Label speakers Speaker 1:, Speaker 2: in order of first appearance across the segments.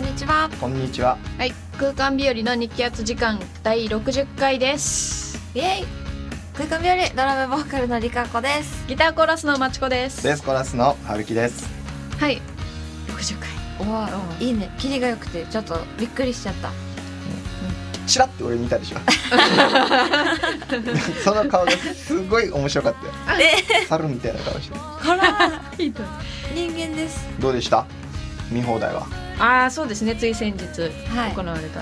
Speaker 1: にちは。
Speaker 2: こんにちは。
Speaker 1: はい、空間日和の日気圧時間第60回です。
Speaker 3: イエイ空間日和ドラムボーカルのりかこです
Speaker 1: ギターコーラスのまちこです。
Speaker 2: ベースコーラスの春樹です。
Speaker 1: はい、60回。
Speaker 3: おわいいねキリが良くてちょっとびっくりしちゃった
Speaker 2: チラッて俺見た でしょ。その顔がすごい面白かったよ。猿みたいな顔して。
Speaker 3: ほら
Speaker 1: あ
Speaker 3: 人間です
Speaker 2: どうでした？見放題は。
Speaker 1: あー、そうですね。つい先日
Speaker 3: はい
Speaker 1: 行われた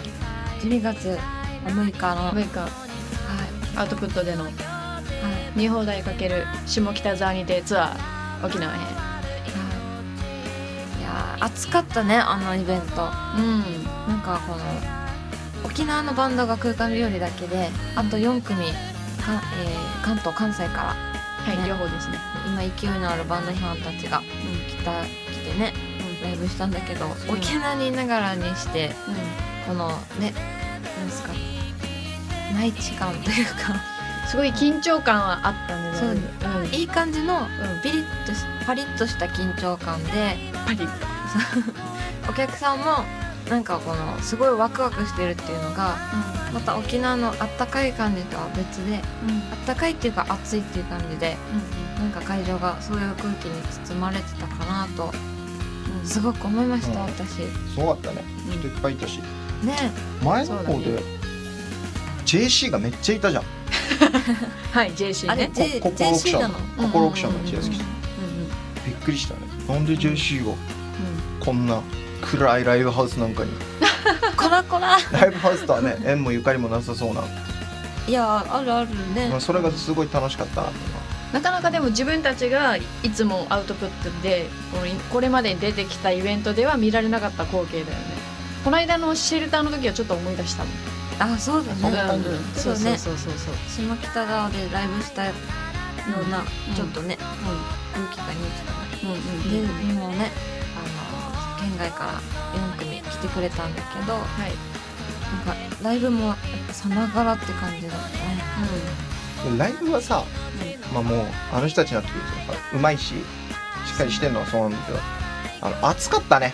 Speaker 3: 12月6日のはい
Speaker 1: 6日アウトプットでの
Speaker 3: はい
Speaker 1: 見放題かける下北沢にてツアー沖縄編。
Speaker 3: はいいやー暑かったねあのイベント
Speaker 1: うん。
Speaker 3: なんかこの沖縄のバンドが空間日和だけであと4組か、えー関東関西か
Speaker 1: は
Speaker 3: ら
Speaker 1: い、
Speaker 3: ね
Speaker 1: 両方ですね。
Speaker 3: 今勢いのあるバンド批判たちが来た来てねライブしたんだけど
Speaker 1: うん
Speaker 3: 沖縄にいながらにして
Speaker 1: うん。うん。
Speaker 3: このねなんですか内地感というか
Speaker 1: すごい緊張感はあったんで、
Speaker 3: そう
Speaker 1: うん。うん。
Speaker 3: いい感じのビリッとしパリッとした緊張感で
Speaker 1: パリ。
Speaker 3: お客さんもなんかこのすごいワクワクしてるっていうのがまた沖縄のあったかい感じとは別で
Speaker 1: うん。うん
Speaker 3: あったかいっていうか暑いっていう感じでなんか会場がそういう空気に包まれてたかなと
Speaker 1: うん。
Speaker 3: すごく思いました、
Speaker 2: うん
Speaker 3: 私
Speaker 2: すごかったね。人いっぱいいたし。
Speaker 3: ね
Speaker 2: 前の方
Speaker 1: そう
Speaker 2: で JC がめっちゃいたじゃん。
Speaker 1: はい、JC
Speaker 3: あれ
Speaker 1: ね。
Speaker 3: J-
Speaker 2: ここオークショ
Speaker 3: JC
Speaker 2: ン
Speaker 3: なの
Speaker 2: 心オークションの JC 来て
Speaker 1: うんうん。
Speaker 2: びっくりしたね。なんで JC が
Speaker 1: う
Speaker 2: こんな暗いライブハウスなんかに。
Speaker 3: コラコラ
Speaker 2: ライブハウスとはね縁もゆかりもなさそうな。
Speaker 3: いやあるあるね
Speaker 2: まあそれがすごい楽しかったなっていうのは。
Speaker 1: んなかなかでも自分たちがいつもアウトプットでこのこれまで出てきたイベントでは見られなかった光景だよねこの間のシェルターの時はちょっと思い出したもん
Speaker 3: あそうだ
Speaker 2: そん
Speaker 3: ね
Speaker 2: な感じ
Speaker 1: うんそうそうそうそうそう
Speaker 3: 下北沢でライブしたような、
Speaker 1: うん
Speaker 3: ちょっとね空気が似てたね
Speaker 1: うんうんうん
Speaker 3: で
Speaker 1: うん
Speaker 3: もうねあの県外から4組来てくれたんだけど
Speaker 1: はい、
Speaker 3: なんかライブもやっぱさながらって感じだったね
Speaker 2: ライブはさ、まあ、もうあの人たちになってくるとさうまいししっかりしてるのはそうなんだけどあの暑かったね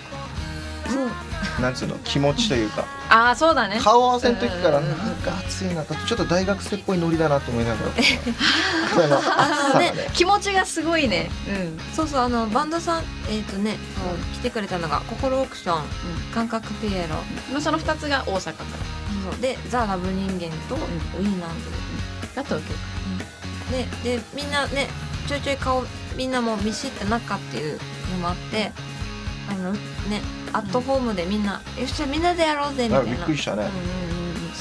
Speaker 3: そう
Speaker 2: なんつうの気持ちというか
Speaker 1: うん、ああそうだね
Speaker 2: 顔合わせの時から
Speaker 1: うん
Speaker 2: なんか暑いなちょっと大学生っぽいノリだなと思いながら これの暑さが ね
Speaker 1: 気持ちがすごいねうん
Speaker 3: そうそうあのバンドさんえっ、とねそう来てくれたのが「心オークション」感覚ピエロ」
Speaker 1: まあ、その2つが大阪から
Speaker 3: そうで「ザ・ラブ人間」と「ウィーナンズ」
Speaker 1: だと受け
Speaker 3: ででみんなねちょいちょい顔みんなもう見知ってなかっていうのもあってあのねアットホームでみんな「よっしゃみんなでやろうぜ」み
Speaker 2: な
Speaker 3: た
Speaker 2: んか
Speaker 3: い
Speaker 2: びっ
Speaker 3: な
Speaker 2: くりしたね、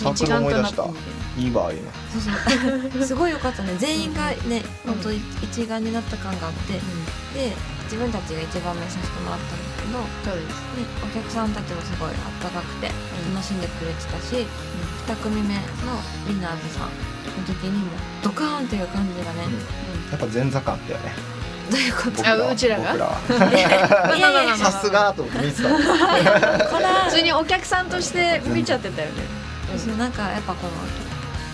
Speaker 1: た
Speaker 2: サークル思い出し
Speaker 1: 一丸と
Speaker 2: た
Speaker 1: なって
Speaker 2: いい場合ね
Speaker 3: そうそう すごい良かったね全員がね
Speaker 1: うん
Speaker 3: 本当に一丸になった感があってで自分たちが一番目させてもらったんだけど、ね、
Speaker 1: そうです
Speaker 3: お客さんたちもすごいあったかくて楽しんでくれてたし、2組目のウィンナーズさんの時にもドカーンっていう感じがね、
Speaker 2: やっぱ前座感あったよね
Speaker 3: どういうこと
Speaker 2: 僕らは
Speaker 1: あうちらが
Speaker 2: 僕らは
Speaker 1: まあまあまあまあ
Speaker 2: さ すがと思って見てたもん
Speaker 3: こら
Speaker 1: 普通にお客さんとして見ちゃってたよね、うん
Speaker 3: そうなんかやっぱこの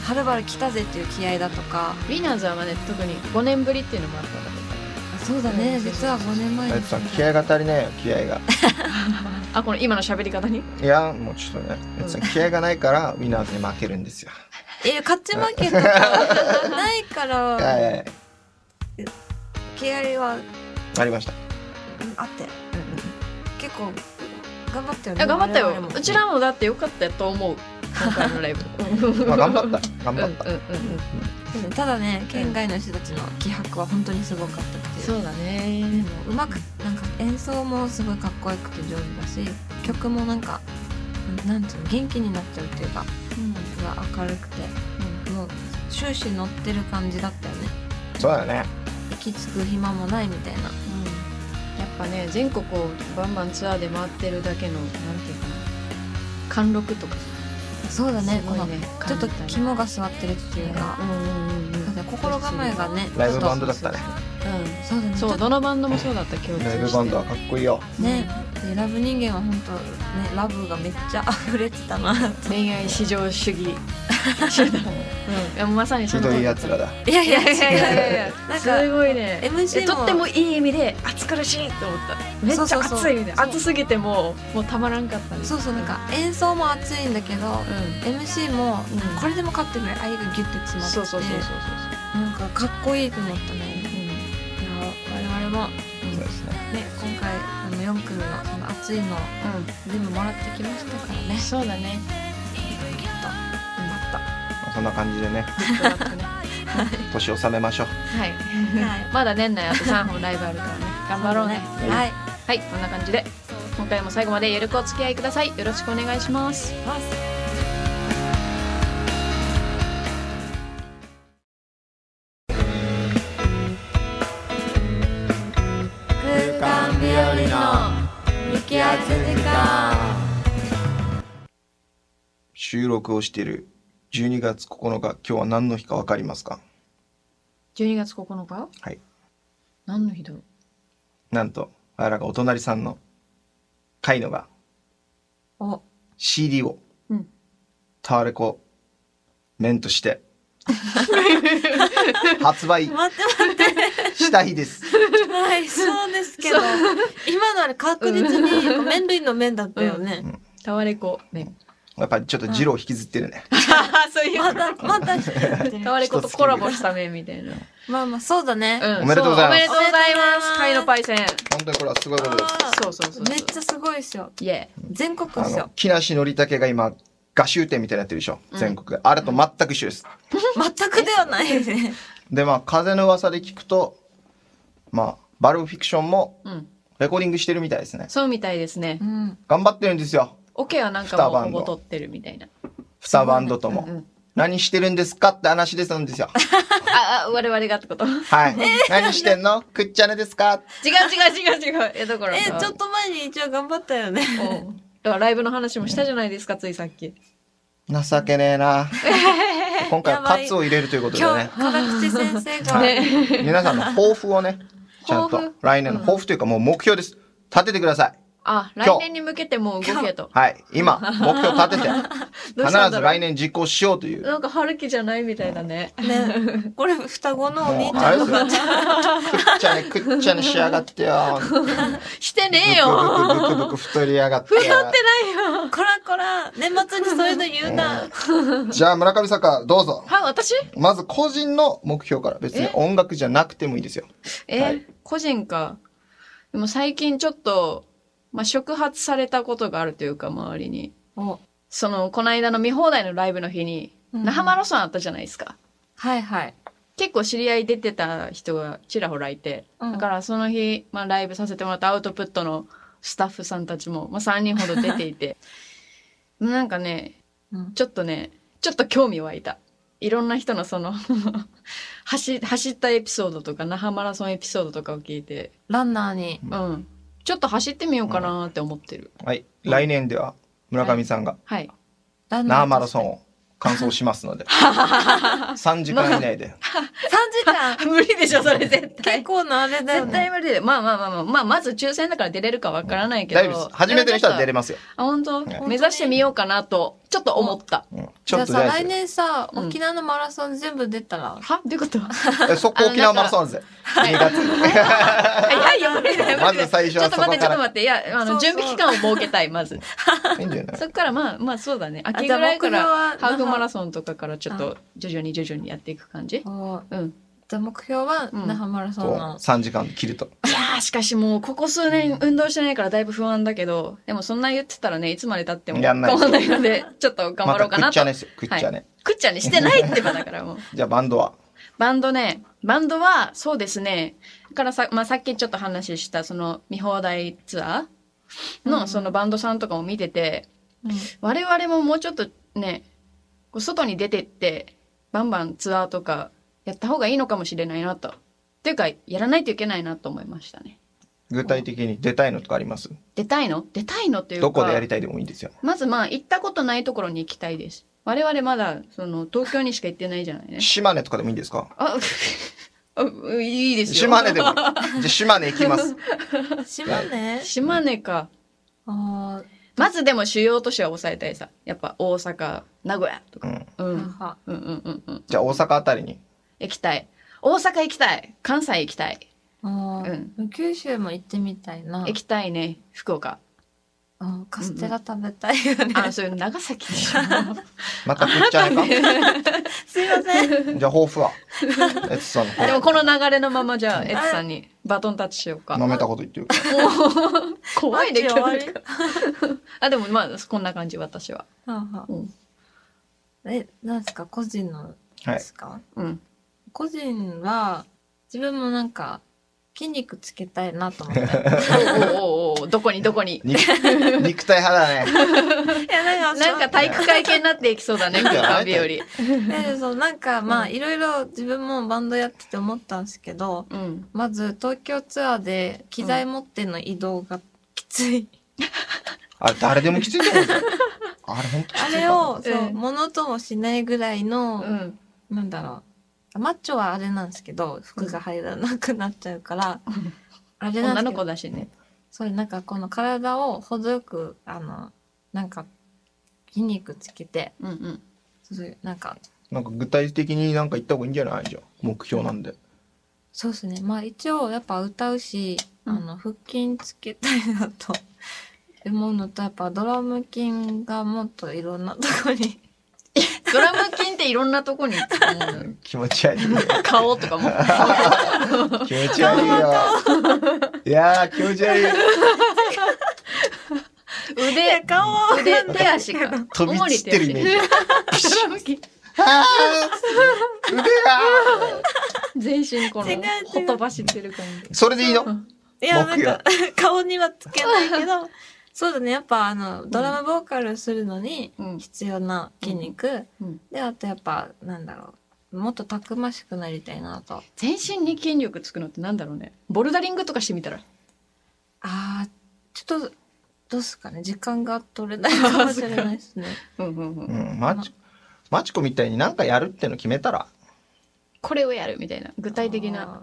Speaker 3: はるばる来たぜっていう気合だとか
Speaker 1: ウィナーズはまあね特に5年ぶりっていうのもあったん だ
Speaker 3: そうだ
Speaker 1: ね
Speaker 3: ね実は5年前
Speaker 2: あい
Speaker 3: に
Speaker 2: つさん気合が足りないよ気合
Speaker 1: とか
Speaker 2: が
Speaker 1: あこの今の喋り方に
Speaker 2: いやもうちょっとねあいつさん気合がないからウィナーズに負けるんですよ
Speaker 3: え勝ち負けとかないか
Speaker 2: いやい
Speaker 3: ら
Speaker 2: やいや
Speaker 3: 気合は
Speaker 2: ありました
Speaker 3: あって結構頑張ったよ
Speaker 1: い
Speaker 3: ね
Speaker 1: や頑張ったよ
Speaker 3: 我々も
Speaker 1: うちらもだってよかったと思う今回のライブ
Speaker 2: まあ、頑張った
Speaker 1: うんう
Speaker 2: 頑張った、
Speaker 1: んうんうん
Speaker 3: そうねただね県外の人たちの気迫は本当にすごかったっていう
Speaker 1: そうだね
Speaker 3: もううまくなんか演奏もすごいかっこよくて上手だし曲もなんかなんていうの元気になっちゃうっていうか
Speaker 1: うん
Speaker 3: すごい明るくてもう終始乗ってる感じだったよね
Speaker 2: そうだよね
Speaker 3: 息つく暇もないみたいな
Speaker 1: やっぱね全国をバンバンツアーで回ってるだけのなんていうかな貫禄とか
Speaker 3: そうだね
Speaker 1: す
Speaker 3: こ
Speaker 1: ごい
Speaker 3: の
Speaker 1: ね
Speaker 3: ちょっ
Speaker 1: 感じた
Speaker 3: と
Speaker 1: ね
Speaker 3: 肝が据わってるっていうか、
Speaker 1: うんうんうんうん
Speaker 3: そうだね心構えがね
Speaker 2: ライブバンドだったね
Speaker 1: う
Speaker 3: そうだね
Speaker 1: ん
Speaker 3: ちょ
Speaker 1: そう
Speaker 3: っと
Speaker 1: どのバンドもそうだった共通
Speaker 2: ライ
Speaker 1: して
Speaker 2: ブバンドはかっこいいよ
Speaker 3: ねでラブ人間は本当ねラブがめっちゃ溢れてたなって
Speaker 1: 恋愛至上主 義うんいやまさにそ
Speaker 2: ひ
Speaker 1: の通
Speaker 2: どい
Speaker 1: りだっ
Speaker 2: や
Speaker 1: た
Speaker 2: つらだ
Speaker 3: いやい
Speaker 1: いやいやいやいや
Speaker 3: なんか
Speaker 1: すごいね
Speaker 3: MC も
Speaker 1: とってもいい意味で暑苦しいと思っめっち
Speaker 3: そ
Speaker 1: ゃ
Speaker 3: うそうそう
Speaker 1: 暑いみたいな
Speaker 3: そう
Speaker 1: 暑すぎてもうもうたまらんかったね
Speaker 3: そうそうなんか演奏も熱いんだけど、
Speaker 1: うん
Speaker 3: MC も
Speaker 1: うん
Speaker 3: これでも勝ってくれ愛がギュッて詰まって
Speaker 1: そ
Speaker 3: て
Speaker 1: うそうそうそうそう
Speaker 3: なんかかっこいいと思ったねいや
Speaker 1: そう
Speaker 3: 我々も
Speaker 1: うん
Speaker 2: そうですね
Speaker 3: ね今回あの4組のその熱いの
Speaker 1: うん
Speaker 3: 全部もらってきましたから
Speaker 1: うん
Speaker 3: ね
Speaker 1: そうだね
Speaker 3: きっと
Speaker 2: まあそんな感じでね
Speaker 1: よかったね
Speaker 2: 年納めましょう
Speaker 1: はい
Speaker 3: はい
Speaker 1: まだ年内あと3本ライブあるからね頑張ろうね
Speaker 3: はい
Speaker 1: はいこんな感じで今回も最後までよろくお付き合いくださいよろしくお願いします
Speaker 3: 空間日和の向き合わせ時間
Speaker 2: 収録をしている12月9日今日は何の日か分かりますか
Speaker 1: 12月9日
Speaker 2: はい
Speaker 1: 何の日だろう
Speaker 2: なんと我らがお隣さんのカイノが
Speaker 3: お
Speaker 2: CD を
Speaker 1: うん
Speaker 2: タワレコ面として 発売
Speaker 3: 待って待って
Speaker 2: した日です
Speaker 3: はい、そうですけど、今のあれ確実に麺類の麺だったよね。
Speaker 1: タワレコね
Speaker 2: やっぱりちょっとジロー引きずってるね、
Speaker 1: そうい
Speaker 3: まだ、ま だ、
Speaker 1: タワレコとコラボしたねみたいな、
Speaker 3: まあまあ、そうだね。
Speaker 1: うん、
Speaker 2: おめでとうございます
Speaker 1: そおめでとうございます
Speaker 3: おめ
Speaker 1: 貝
Speaker 3: でと
Speaker 1: の
Speaker 3: うご
Speaker 1: パイセン
Speaker 2: 本当にこれはすごいことです
Speaker 3: あー
Speaker 1: そうそうそうそう
Speaker 3: めっちゃすごいですよ。
Speaker 1: イエ
Speaker 3: 全国で
Speaker 2: あ
Speaker 3: す
Speaker 2: の
Speaker 3: よ。
Speaker 2: 木梨憲武が今画集店みたいになってるでしょ
Speaker 1: うん
Speaker 2: 全国で、あれと全く一緒です
Speaker 3: 全くではないです ね。
Speaker 2: でまあ風の噂で聞くとまあバルブフィクションも
Speaker 1: ーうん
Speaker 2: レコーディングしてるみたいですね
Speaker 1: そうみたいですね
Speaker 3: うん。
Speaker 2: 頑張ってるんですよ
Speaker 1: オケはなんか
Speaker 2: 双
Speaker 1: もう
Speaker 2: バ
Speaker 1: ほ
Speaker 2: ンド
Speaker 1: ぼ取ってるみたいな
Speaker 2: 二バンドとも、
Speaker 1: うんうん
Speaker 2: 何してるんですかって話です んですよ
Speaker 1: ああ我々がってこと 違う
Speaker 2: はい何してんのくっちゃねですか
Speaker 1: 違う違う違うえだから
Speaker 3: え、ちょっと前に一応頑張ったよね。
Speaker 1: うんだからライブの話もしたじゃないですかついさっき
Speaker 2: 情けねえ な今回はカツを入れるということで
Speaker 3: 今日、
Speaker 2: ね
Speaker 3: 辛口先生が、
Speaker 1: ね
Speaker 2: 皆さんの抱負をねちゃん
Speaker 1: 抱
Speaker 2: と
Speaker 1: 負
Speaker 2: 来年の抱負というかもう目標です立ててください
Speaker 1: あ
Speaker 2: 今日
Speaker 1: 来年に向けてもう動けと
Speaker 2: はい 今目標立てて
Speaker 1: どう
Speaker 2: 必
Speaker 1: したんだろ
Speaker 2: ず来
Speaker 1: う
Speaker 2: 年実行しようという
Speaker 1: なんか春樹じゃないみたいだね
Speaker 3: ね、これ双子の
Speaker 2: も
Speaker 3: お兄
Speaker 2: う
Speaker 3: ち
Speaker 2: あ
Speaker 3: ゃ
Speaker 2: れ
Speaker 3: ん
Speaker 2: で
Speaker 3: の
Speaker 2: すよくっちゃねくっちゃねしやがってよ
Speaker 1: してねえよ
Speaker 2: ブクブクブクブク太りやがって
Speaker 1: 太 ってないよ
Speaker 3: こらこら、年末にそういうの言うな。
Speaker 2: じゃあ村上坂どうぞ
Speaker 1: は私
Speaker 2: まず個人の目標から別に
Speaker 1: え
Speaker 2: 音楽じゃなくてもいいですよ
Speaker 1: え、
Speaker 2: はい
Speaker 1: 個人か。でも最近ちょっと、まあ、触発されたことがあるというか、周りに。
Speaker 3: お
Speaker 1: その、この間の見放題のライブの日に、
Speaker 3: うん
Speaker 1: 那覇マラソンあったじゃないですか。
Speaker 3: はいはい。
Speaker 1: 結構知り合い出てた人がちらほらいて、
Speaker 3: うん
Speaker 1: だからその日、まあ、ライブさせてもらったアウトプットのスタッフさんたちも、まあ、3人ほど出ていて、なんかね、
Speaker 3: うん
Speaker 1: ちょっとね、ちょっと興味湧いた。いろんな人のその 走、走ったエピソードとか、那覇マラソンエピソードとかを聞いて、
Speaker 3: ランナーに。
Speaker 1: うん。ちょっと走ってみようかなって思ってる。
Speaker 2: はい来年では村上さんが
Speaker 1: はい。
Speaker 3: ランナー
Speaker 2: 那覇マラソンを完走します ので3時間以内で
Speaker 3: 3時間
Speaker 1: 無理でしょ、それ絶
Speaker 3: 結
Speaker 1: 対。
Speaker 3: 構なあれだよ
Speaker 1: 絶
Speaker 3: ね。
Speaker 1: 対無理で。まあまあまあまあ、まあ、まず抽選だから出れるかわからないけど。
Speaker 2: 大丈夫です初めての人は出れ
Speaker 1: ま
Speaker 2: ますよ、
Speaker 1: あ、本当、
Speaker 2: ね
Speaker 1: 目指してみようかなと、ちょっと思った。
Speaker 2: うんち
Speaker 3: じ
Speaker 2: ょ
Speaker 3: ゃ
Speaker 2: っ
Speaker 3: あ
Speaker 2: と
Speaker 3: さ、
Speaker 2: 大
Speaker 3: 来
Speaker 2: 丈
Speaker 3: 年さ、
Speaker 1: うん
Speaker 3: 沖縄のマラソン全部出たら、
Speaker 1: はどういうこと
Speaker 2: 夫えそこ沖縄マラソンあるぜ
Speaker 1: い
Speaker 2: 2月
Speaker 1: 早いよ、無理だよ。無理だよ
Speaker 2: まず最初は
Speaker 1: ちょっと待って、ちょっ
Speaker 2: そこから
Speaker 1: と待って。いや、あ
Speaker 3: そうそ
Speaker 1: の、
Speaker 3: う
Speaker 1: 準備期間を設けたい、まず。
Speaker 2: いいんじゃない
Speaker 1: そっから、まあ、まあ、そうだね。
Speaker 3: あ
Speaker 1: 秋
Speaker 3: じゃあ
Speaker 1: ぐらいか
Speaker 3: 目標
Speaker 1: ら、
Speaker 3: は
Speaker 1: ハーフマラ
Speaker 3: ソ
Speaker 1: ソンとかから、ちょっと、徐々に徐々にやっていく感じ。
Speaker 3: ン。
Speaker 1: うん。
Speaker 3: じゃあ目標は、
Speaker 1: うん
Speaker 3: 那覇マラソン
Speaker 2: こ
Speaker 3: の
Speaker 2: う。3時間切ると
Speaker 1: いやーしかしもうここ数年運動してないからだいぶ不安だけどでもそんな言ってたらねいつまで経っても
Speaker 2: やんない
Speaker 1: 変わんないのでちょっと頑張
Speaker 2: ま
Speaker 1: ろ
Speaker 2: た
Speaker 1: うか
Speaker 2: くっ
Speaker 1: な
Speaker 2: ち
Speaker 1: と
Speaker 2: ゃねですよくっちゃね
Speaker 1: くっちゃにしてないってばだ からもう
Speaker 2: じゃあバンドは
Speaker 1: バンドねバンドはそうですねだからさ,、まあ、さっきちょっと話ししたその見放題ツアー
Speaker 3: う
Speaker 1: の
Speaker 3: ん
Speaker 1: そのバンドさんとかを見てて
Speaker 3: うん
Speaker 1: 我々ももうちょっとねこう外に出てってバンバンツアーとかやった方がいいのかもしれないなとっていうかやらないといけないなと思いましたね
Speaker 2: 具体的に出たいのとかあります
Speaker 1: 出たいの出たいのっていうか
Speaker 2: どこでやりたいでもいいんですよ
Speaker 1: まずまあ行ったことないところに行きたいです。我々まだその東京にしか行ってないじゃないね。
Speaker 2: 島根とかでもいいんですか
Speaker 1: あ、 あういいですよ。
Speaker 2: 島根で もいいじゃあ島根行きます
Speaker 3: 島根
Speaker 1: 島根か。
Speaker 3: あ
Speaker 1: まずでも主要都市は抑えたいさ。やっぱ大阪、名古屋と
Speaker 2: う
Speaker 1: か。
Speaker 2: ん
Speaker 1: うん。う
Speaker 3: あ、那
Speaker 1: ん
Speaker 3: 覇。
Speaker 1: うんうんうん。
Speaker 2: じゃあ大阪あたりに
Speaker 1: 行きたい。大阪行きたい。関西行きたい。
Speaker 3: あー九州も行ってみたいな
Speaker 1: 行きたいね福岡
Speaker 3: うんカステラ食べたいよね、
Speaker 1: あ そういう長崎で しょ
Speaker 2: また食っちゃえば
Speaker 3: すいませ ん
Speaker 2: じゃあ抱負はエツさんの
Speaker 1: でもこ
Speaker 2: 抱
Speaker 1: の流れのままじゃあエツさんにバトンタッチしようか
Speaker 2: 負舐めたこと言ってるから
Speaker 1: 怖いね今日な
Speaker 3: マジ終わり
Speaker 1: んかあでもまあこんな感じ私は
Speaker 3: はあはあ
Speaker 1: うん
Speaker 3: えなんですか個人のですか、
Speaker 1: うん
Speaker 3: 個人は自分もなんか筋肉つけたいなと思 ってい
Speaker 1: おうおうおうおうどこにどこに
Speaker 2: 肉肉体派だね
Speaker 3: やなんか
Speaker 1: なんか体育会系になっていきそうだね
Speaker 2: いいんじゃな
Speaker 1: 空間
Speaker 2: い
Speaker 1: 日よ
Speaker 3: でそうなんかま
Speaker 1: う
Speaker 3: あ
Speaker 1: ん
Speaker 3: いろいろ自分もバンドやってて思ったんですけど
Speaker 1: りうん
Speaker 3: まず東京ツアーで機材持っての移動がきつい、
Speaker 2: あれ誰でもきついと思うよあれほんときつい
Speaker 3: あ
Speaker 2: から
Speaker 3: れをそう、
Speaker 1: うん
Speaker 3: ものともしないぐらいうの、
Speaker 1: ん
Speaker 3: なんだろうマッチョはあれなんですけど服が入らなくなっちゃうから、
Speaker 1: うん
Speaker 3: あれなん
Speaker 1: 女
Speaker 3: ですけ
Speaker 1: の
Speaker 3: ど
Speaker 1: 子だしね
Speaker 3: そうなんかこの体を程よくあのなんか筋肉つけて
Speaker 1: うんうん
Speaker 3: そういうなんか
Speaker 2: なんか具体的になんか言った方がいいんじゃないじゃあ目標なんで
Speaker 3: そうですねまあ一応やっぱ歌うし、
Speaker 1: うん
Speaker 3: あの腹筋つけたいなと思うのとやっぱドラム筋がもっといろんなとこに
Speaker 1: ドラム筋っていろんなとこに、
Speaker 2: 気持ち 悪いよ
Speaker 1: 顔とかも
Speaker 2: 気持ち悪いよいやー気持ち悪い
Speaker 1: 腕
Speaker 3: 顔は
Speaker 1: 腕手足か
Speaker 2: 飛び散ってるイメー
Speaker 1: 主に
Speaker 2: ジ
Speaker 1: 手 足ドラム筋
Speaker 2: あー腕が
Speaker 1: 全身こ
Speaker 3: 違う
Speaker 1: の
Speaker 3: 違う
Speaker 1: ほとばしってる感じ
Speaker 2: それでいいの
Speaker 3: いやなん
Speaker 2: 僕よ
Speaker 3: か 顔にはつけないけどそうだねやっぱあのドラムボーカルするのに
Speaker 1: うん
Speaker 3: 必要な筋肉、
Speaker 1: うん
Speaker 3: であとやっぱなんだろうもっとたくましくなりたいなと
Speaker 1: 全身に筋力つくのってなんだろうねボルダリングとかしてみたら
Speaker 3: あーちょっとどうすかね時間が取れないかもしれないですね
Speaker 1: うんうんうん
Speaker 2: うんマチマチコみたいになんかやるっての決めたら
Speaker 1: これをやるみたいな具体的な
Speaker 3: あー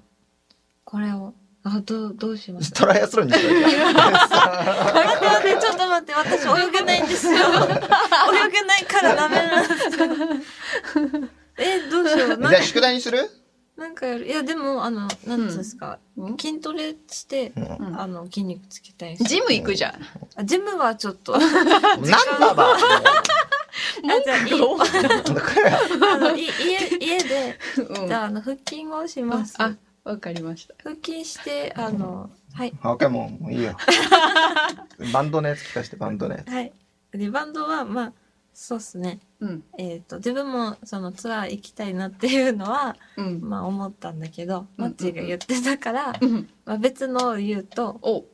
Speaker 3: これをあどうどうします
Speaker 2: トライアスロンにしようよ
Speaker 3: あ待って待ってちょっと待って私泳げないんですよ泳げないからダメなんですよえどうしよ
Speaker 2: じ
Speaker 3: うな
Speaker 2: ゃ
Speaker 3: んか
Speaker 2: あ宿題にする、
Speaker 3: なんかやるいやでもあのなんていうんですか、
Speaker 1: うん
Speaker 3: 筋トレして
Speaker 2: うん
Speaker 1: うん
Speaker 3: あの筋肉つけたいんです
Speaker 1: ジム行くじゃん
Speaker 3: あジムはちょっ と
Speaker 2: なんだば
Speaker 1: 文句が多い
Speaker 3: あのい家家で
Speaker 1: うん
Speaker 3: じゃああの腹筋をします
Speaker 1: あわかりました
Speaker 3: 腹筋してあのはい
Speaker 2: オケモンもういいよバンドのやつ聞かせてバンドのやつ
Speaker 3: はいでバンドはまあそうっすね
Speaker 1: うん
Speaker 3: えっ、と自分もそのツアー行きたいなっていうのは
Speaker 1: うん
Speaker 3: まあ思ったんだけど
Speaker 1: うん
Speaker 3: マッチーが言ってたから、
Speaker 1: うん
Speaker 3: まあ、別のを言うと
Speaker 1: お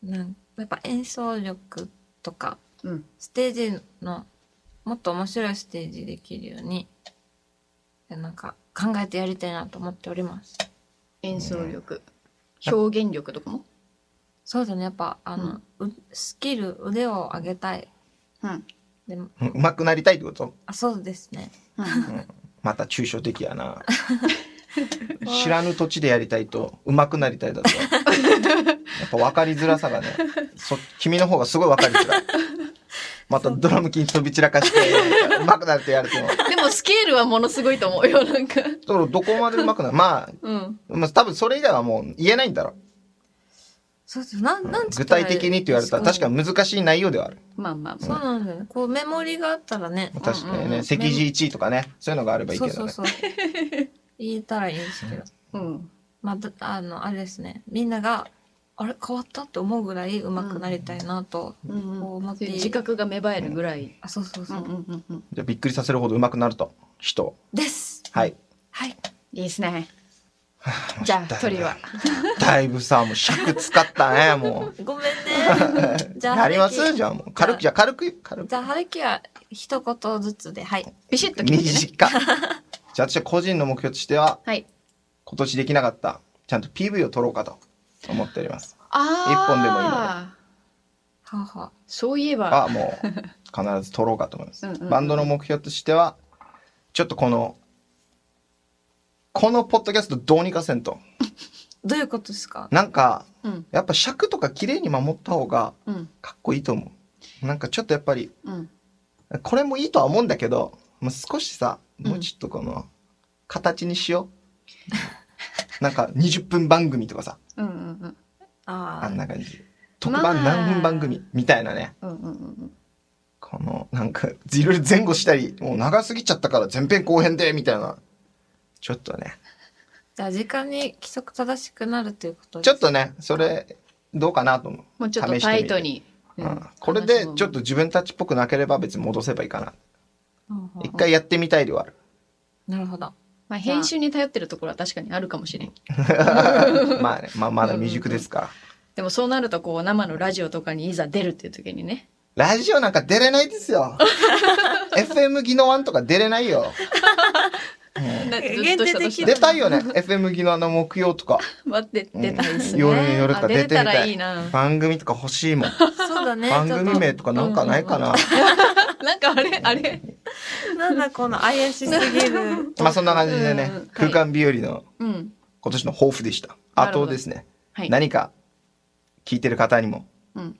Speaker 3: なんやっぱ演奏力とか
Speaker 1: うん
Speaker 3: ステージのもっと面白いステージできるようになんか考えてやりたいなと思っております
Speaker 1: 演奏力表現力とかも
Speaker 3: そうだねやっぱあの、うスキル腕を上げたい
Speaker 1: うん
Speaker 3: でも
Speaker 2: うまくなりたいってこと
Speaker 3: あそうですね
Speaker 2: また抽象的やな知らぬ土地でやりたいとうまくなりたいだとやっぱ分かりづらさがねそ君の方がすごい分かりづらいまたドラム筋飛び散らかしてうまくなるとやると
Speaker 1: でもスケールはものすごいと思うよなんか
Speaker 2: だからどこまでうまくなるまあ
Speaker 1: うん
Speaker 2: まあ多分それ以外はもう言えないんだろ
Speaker 3: そうですなんな
Speaker 2: う
Speaker 3: ん
Speaker 2: 具体的にって言われたら確か
Speaker 3: に
Speaker 2: に難しい内容ではある
Speaker 1: まあまあ
Speaker 3: そう
Speaker 1: まあ
Speaker 3: なんだよねこうメモリがあったらね
Speaker 2: 確
Speaker 1: う
Speaker 2: かに
Speaker 1: んうんう
Speaker 2: ね
Speaker 1: ん
Speaker 2: 席次1位とかねそういうのがあればいい
Speaker 3: そ
Speaker 2: け
Speaker 3: う
Speaker 2: ど
Speaker 3: そう
Speaker 2: ね
Speaker 3: そう言えたらいいんです けど
Speaker 1: うん
Speaker 3: まあだあのあれですねみんながあれ変わったって思うぐらい上手くなりたいなと、
Speaker 1: うん
Speaker 3: こう
Speaker 1: うん
Speaker 3: 待って
Speaker 1: 自覚が芽生えるぐらい
Speaker 3: あそうそう
Speaker 1: う
Speaker 3: そ
Speaker 1: ん
Speaker 3: う、
Speaker 1: うんうんうん
Speaker 2: じゃあびっくりさせるほどうまくなると人を
Speaker 3: です
Speaker 2: はい
Speaker 3: はい
Speaker 1: いいですねじゃあトリは
Speaker 2: だいぶさもう尺使ったねもう
Speaker 3: ごめんねじゃあ
Speaker 2: やりま
Speaker 3: はる
Speaker 2: す
Speaker 3: き
Speaker 2: じゃあもう軽くじゃあ軽く軽く
Speaker 3: じゃあ春樹は一言ずつではい
Speaker 1: ビシッと聞いてね
Speaker 2: 短いじゃあ私は個人の目標としては
Speaker 1: はい
Speaker 2: 今年できなかったちゃんと PV を撮ろうかと思っております
Speaker 1: あ
Speaker 2: 一本でもいいので
Speaker 1: あ
Speaker 3: はあは
Speaker 1: そういえば
Speaker 2: はもう必ず撮ろうかと思います
Speaker 1: うんうんうん
Speaker 2: バンドの目標としてはちょっとこのこのポッドキャストどうにかせんと
Speaker 3: どういうことですか
Speaker 2: なんか
Speaker 1: うん
Speaker 2: やっぱ尺とか綺麗に守った方が
Speaker 1: うん
Speaker 2: かっこいいと思うなんかちょっとやっぱり
Speaker 1: うん
Speaker 2: これもいいとは思うんだけどもう少しさもうちょっとこの形にしよう、なんか20分番組とかさ
Speaker 1: うんうん
Speaker 3: あ
Speaker 2: あん
Speaker 3: あ
Speaker 2: な感じ特番何分番組みたいなね
Speaker 1: うんうんうんうん
Speaker 2: このなんかいろいろ前後したりもう長すぎちゃったから前編後編でみたいなちょっとね
Speaker 3: じゃあ時間に規則正しくなるということ
Speaker 2: ちょっ
Speaker 3: と
Speaker 2: とねそれどうかなと思う、
Speaker 1: もうちょっとタイトに、
Speaker 2: う
Speaker 1: うんん、
Speaker 2: これでちょっと自分たちっぽくなければ別に戻せばいいかな一回やってみたい ではある
Speaker 3: なるほど
Speaker 1: まあ、編集に頼ってるところは確かにあるかもしれん
Speaker 2: まあね、まあ、まだ未熟ですから。
Speaker 1: でもそうなるとこう生のラジオとかにいざ出るっていう時にね
Speaker 2: ラジオなんか出れないですよ。FM 技能1とか出れないよ。うん
Speaker 1: な
Speaker 3: え
Speaker 1: ずっとした
Speaker 3: 限定
Speaker 1: と
Speaker 3: 的
Speaker 1: した
Speaker 2: 出たいよね。FM 技能の木曜とか。
Speaker 1: 待って
Speaker 2: うん
Speaker 1: 出たいですね、
Speaker 2: 夜夜と
Speaker 1: あ
Speaker 2: か
Speaker 1: 出
Speaker 2: 出
Speaker 1: れ
Speaker 2: てみ
Speaker 1: た
Speaker 2: た
Speaker 1: ら
Speaker 2: い
Speaker 1: いいな
Speaker 2: 番組とか欲しいもん。
Speaker 3: そうだね
Speaker 2: 番組名とかなんかないかな。
Speaker 1: なんかあれあれ
Speaker 3: ちょっとなんだこの怪しすぎ る
Speaker 2: まあそんな感じでね
Speaker 1: うんうん、
Speaker 2: 空間日和の
Speaker 1: うん
Speaker 2: 今年の抱負でした。
Speaker 1: な
Speaker 2: あ
Speaker 1: るほど
Speaker 2: とですね、
Speaker 1: はい
Speaker 2: 何か聞いてる方にも、
Speaker 1: うん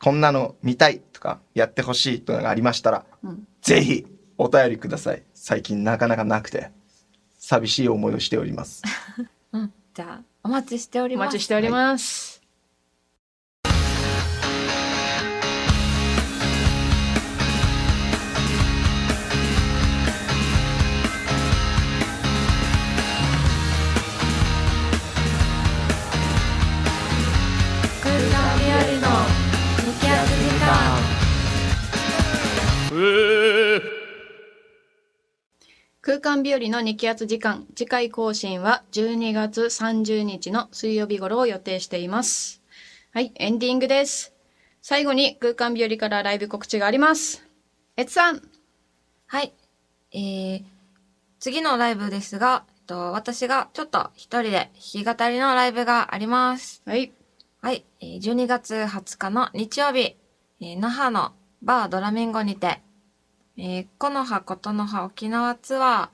Speaker 2: こんなの見たいとかやってほしいというのがありましたら、
Speaker 1: うん
Speaker 2: ぜひお便りください。最近なかなかなくて寂しい思いをしております。
Speaker 3: うんじゃあお待ちしており
Speaker 1: お
Speaker 3: ます
Speaker 1: 待ちしております、
Speaker 3: 空間日和の抜き
Speaker 1: 空間日和
Speaker 3: 足時間
Speaker 1: の日気圧時間次回更新は12月30日の水曜日頃を予定していますはいエンディングです最後に空間日和からライブ告知がありますえつさん
Speaker 3: はい。えー、次のライブですが、えっと、私がちょっと一人で弾き語りのライブがあります。
Speaker 1: はい
Speaker 3: はい。えー12月20日の日曜日、えー那覇のバードラミンゴにて、えー、この葉ことの葉沖縄ツア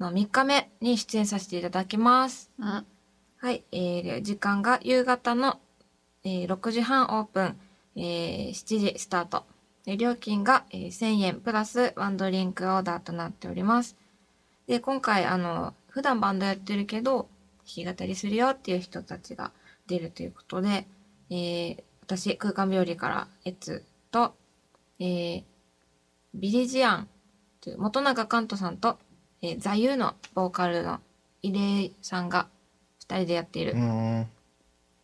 Speaker 3: ーの3日目に出演させていただきます。
Speaker 1: うん
Speaker 3: はい。えー、時間が夕方の、えー6時半オープン、えー7時スタート。で料金が、えー1000円プラスワンドリンクオーダーとなっております。で、今回、あの、普段バンドやってるけど、弾き語りするよっていう人たちが出るということで、えー私、空間病理から、エツと、えービリジアンという、元永カントさんと、えー、座右のボーカルの入江さんが、二人でやっている
Speaker 2: う、ーん、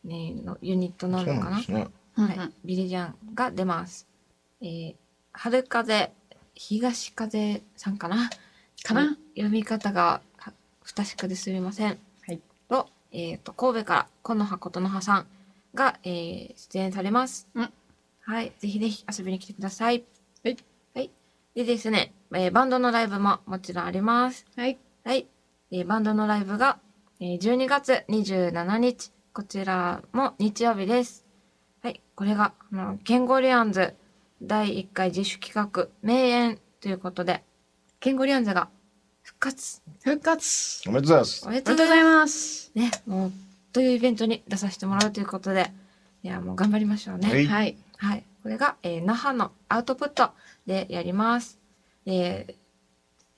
Speaker 3: ね、のユニットな
Speaker 2: そう
Speaker 3: の
Speaker 2: な
Speaker 3: か
Speaker 2: ん
Speaker 3: な
Speaker 2: ですね。
Speaker 1: はい
Speaker 3: はい、ビリジャンが出ます。えー、春風、東風さんかな
Speaker 1: かな
Speaker 3: 読み方がは不確かですみません。
Speaker 1: はい。
Speaker 3: と、えっ、と、神戸から、この葉ことの葉さんが、えー出演されます。
Speaker 1: うん
Speaker 3: はい。ぜひぜひ遊びに来てください。
Speaker 1: はい。
Speaker 3: はい。でですね、えーバンドのライブももちろんあります。
Speaker 1: はい
Speaker 3: はい、えーバンドのライブが、えー12月27日こちらも日曜日ですはいこれがあのケンゴリアンズ第1回自主企画「名演」ということでケンゴリアンズが復活
Speaker 1: 復活
Speaker 2: おめでとうございます
Speaker 3: お。めで
Speaker 1: おめ
Speaker 3: と
Speaker 1: でとう
Speaker 3: うご
Speaker 1: ご
Speaker 3: ざ
Speaker 1: ざ
Speaker 3: い
Speaker 1: い
Speaker 3: ま
Speaker 1: ます
Speaker 3: すねもうというイベントに出させてもらうということでいやもう頑張りましょうね
Speaker 2: はい
Speaker 1: はい
Speaker 3: はい。これが、えー那覇のアウトプットでやります。えー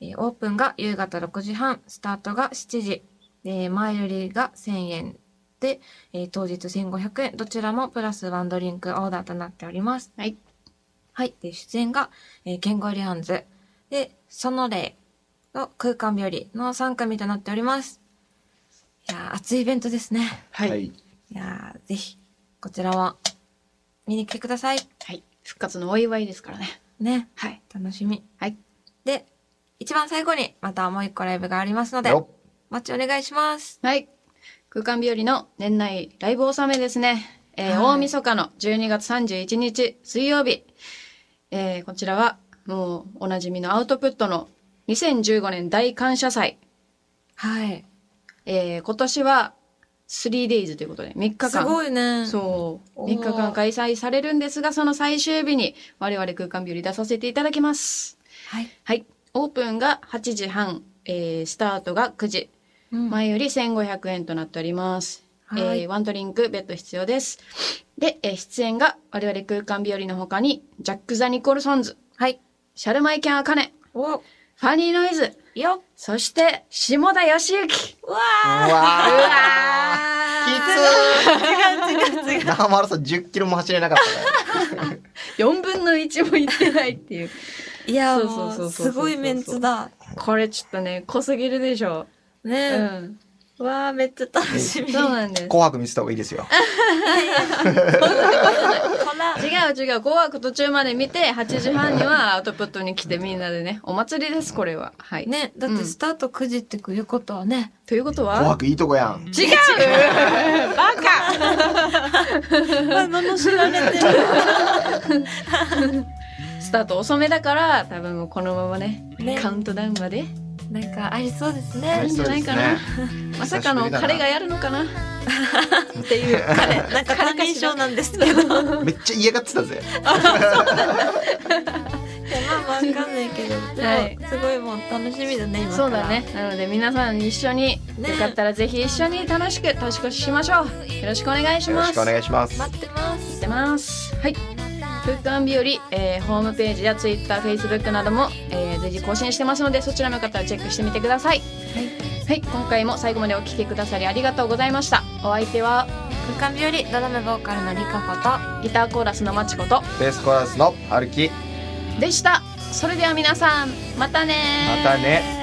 Speaker 3: えーオープンが夕方6時半、スタートが7時。で、前売りが1000円で、えー当日1500円。どちらもプラスワンドリンクオーダーとなっております。
Speaker 1: はい。
Speaker 3: はい。で、出演が、えー、ケンゴリアンズ。で、ソノレイと空間日和の3組となっております。いやー、熱いイベントですね。
Speaker 1: はい、
Speaker 2: はい
Speaker 3: いやー、ぜひ、こちらも見に来てください。
Speaker 1: はい復活のお祝いですからね
Speaker 3: ね。
Speaker 1: はい
Speaker 3: 楽しみ。
Speaker 1: はい。
Speaker 3: で、一番最後にまたもう一個ライブがありますので、
Speaker 2: よ
Speaker 3: お待ちお願いします。
Speaker 1: はい。空間日和の年内ライブ納めですね。えー
Speaker 3: はい
Speaker 1: 大晦日の12月31日水曜日。えーこちらはもうおなじみのアウトプットの2015年大感謝祭。
Speaker 3: はい。
Speaker 1: えー今年は 3days ということで3日間。
Speaker 3: すごいね。
Speaker 1: そう。
Speaker 3: おー
Speaker 1: 3日間開催されるんですが、その最終日に我々空間日和出させていただきます。
Speaker 3: はい。
Speaker 1: はい。オープンが8時半、えースタートが9時。
Speaker 3: うん
Speaker 1: 前より1500円となっております。
Speaker 3: はい
Speaker 1: えーワンドリンク別途必要です。で、えー出演が我々空間日和の他に、ジャック・ザ・ニコルソンズ、
Speaker 3: はい。
Speaker 1: シャルマイ・キャン・アカネ、
Speaker 3: お
Speaker 1: ファニー・ノイズ、
Speaker 3: よ
Speaker 1: そして、下田義行。
Speaker 3: っわ
Speaker 2: う
Speaker 3: ー
Speaker 1: う
Speaker 2: わー
Speaker 1: わ
Speaker 2: き
Speaker 3: 違う違う違
Speaker 2: つー長丸さん10キロも走れなかったから
Speaker 1: ー。4分の1も行ってないって いう。
Speaker 3: ういや
Speaker 1: そうそう
Speaker 3: も
Speaker 1: そう
Speaker 3: う
Speaker 1: そうそうそう
Speaker 3: すごいメンツだ
Speaker 1: これちょっとね、濃すぎるでしょ。う
Speaker 3: ね
Speaker 1: ん。
Speaker 3: わあめっちゃ楽しみ
Speaker 1: そうなん です。
Speaker 2: 紅白見てた方がいいですよ
Speaker 3: こら
Speaker 1: 違う違う、紅白途中まで見て、8時半にはアウトプットに来てみんなでね、お祭りです、これは。はい。
Speaker 3: ねだってスタート9時っていうことはね
Speaker 1: ということ
Speaker 2: 紅
Speaker 1: は
Speaker 2: 白いいとこやん
Speaker 1: 違う バカ
Speaker 3: まの罵られてる
Speaker 1: スタート遅めだから、多分もうこのままね、
Speaker 3: ね
Speaker 1: カウントダウンまで。
Speaker 3: なんかありそうです
Speaker 2: あ
Speaker 1: い
Speaker 3: ね
Speaker 2: り
Speaker 1: いんじゃ
Speaker 2: そう
Speaker 1: な
Speaker 2: で
Speaker 1: い
Speaker 2: す
Speaker 1: か
Speaker 2: ね
Speaker 1: なまさかの彼がやるのかなっていう。
Speaker 3: 彼なんか単人賞なんですけどまあま
Speaker 2: めっちゃ嫌がってたぜ
Speaker 3: あわかんないけど
Speaker 1: はい
Speaker 3: でもすごいもう楽しみだね今から
Speaker 1: そうだね。なので皆さん一緒に、
Speaker 3: ね
Speaker 1: よかったらぜひ一緒に楽しく年越ししましょう。よろしくお願いし
Speaker 2: よろ
Speaker 1: ま
Speaker 2: し
Speaker 1: す。
Speaker 2: くお願いします
Speaker 3: 待ってます
Speaker 1: してます。はい。空間日和、えーホームページやツイッター、フェイスブックなども、えー随時更新してますので、そちらの方はチェックしてみてください。はい、今回も最後までお聞きくださりありがとうございました。お相手は
Speaker 3: 空間日和ドラムボーカルのリカこと
Speaker 1: ギターコーラスのまちこと
Speaker 2: ベースコーラスの春樹
Speaker 1: でした。それでは皆さん、またねー
Speaker 2: またね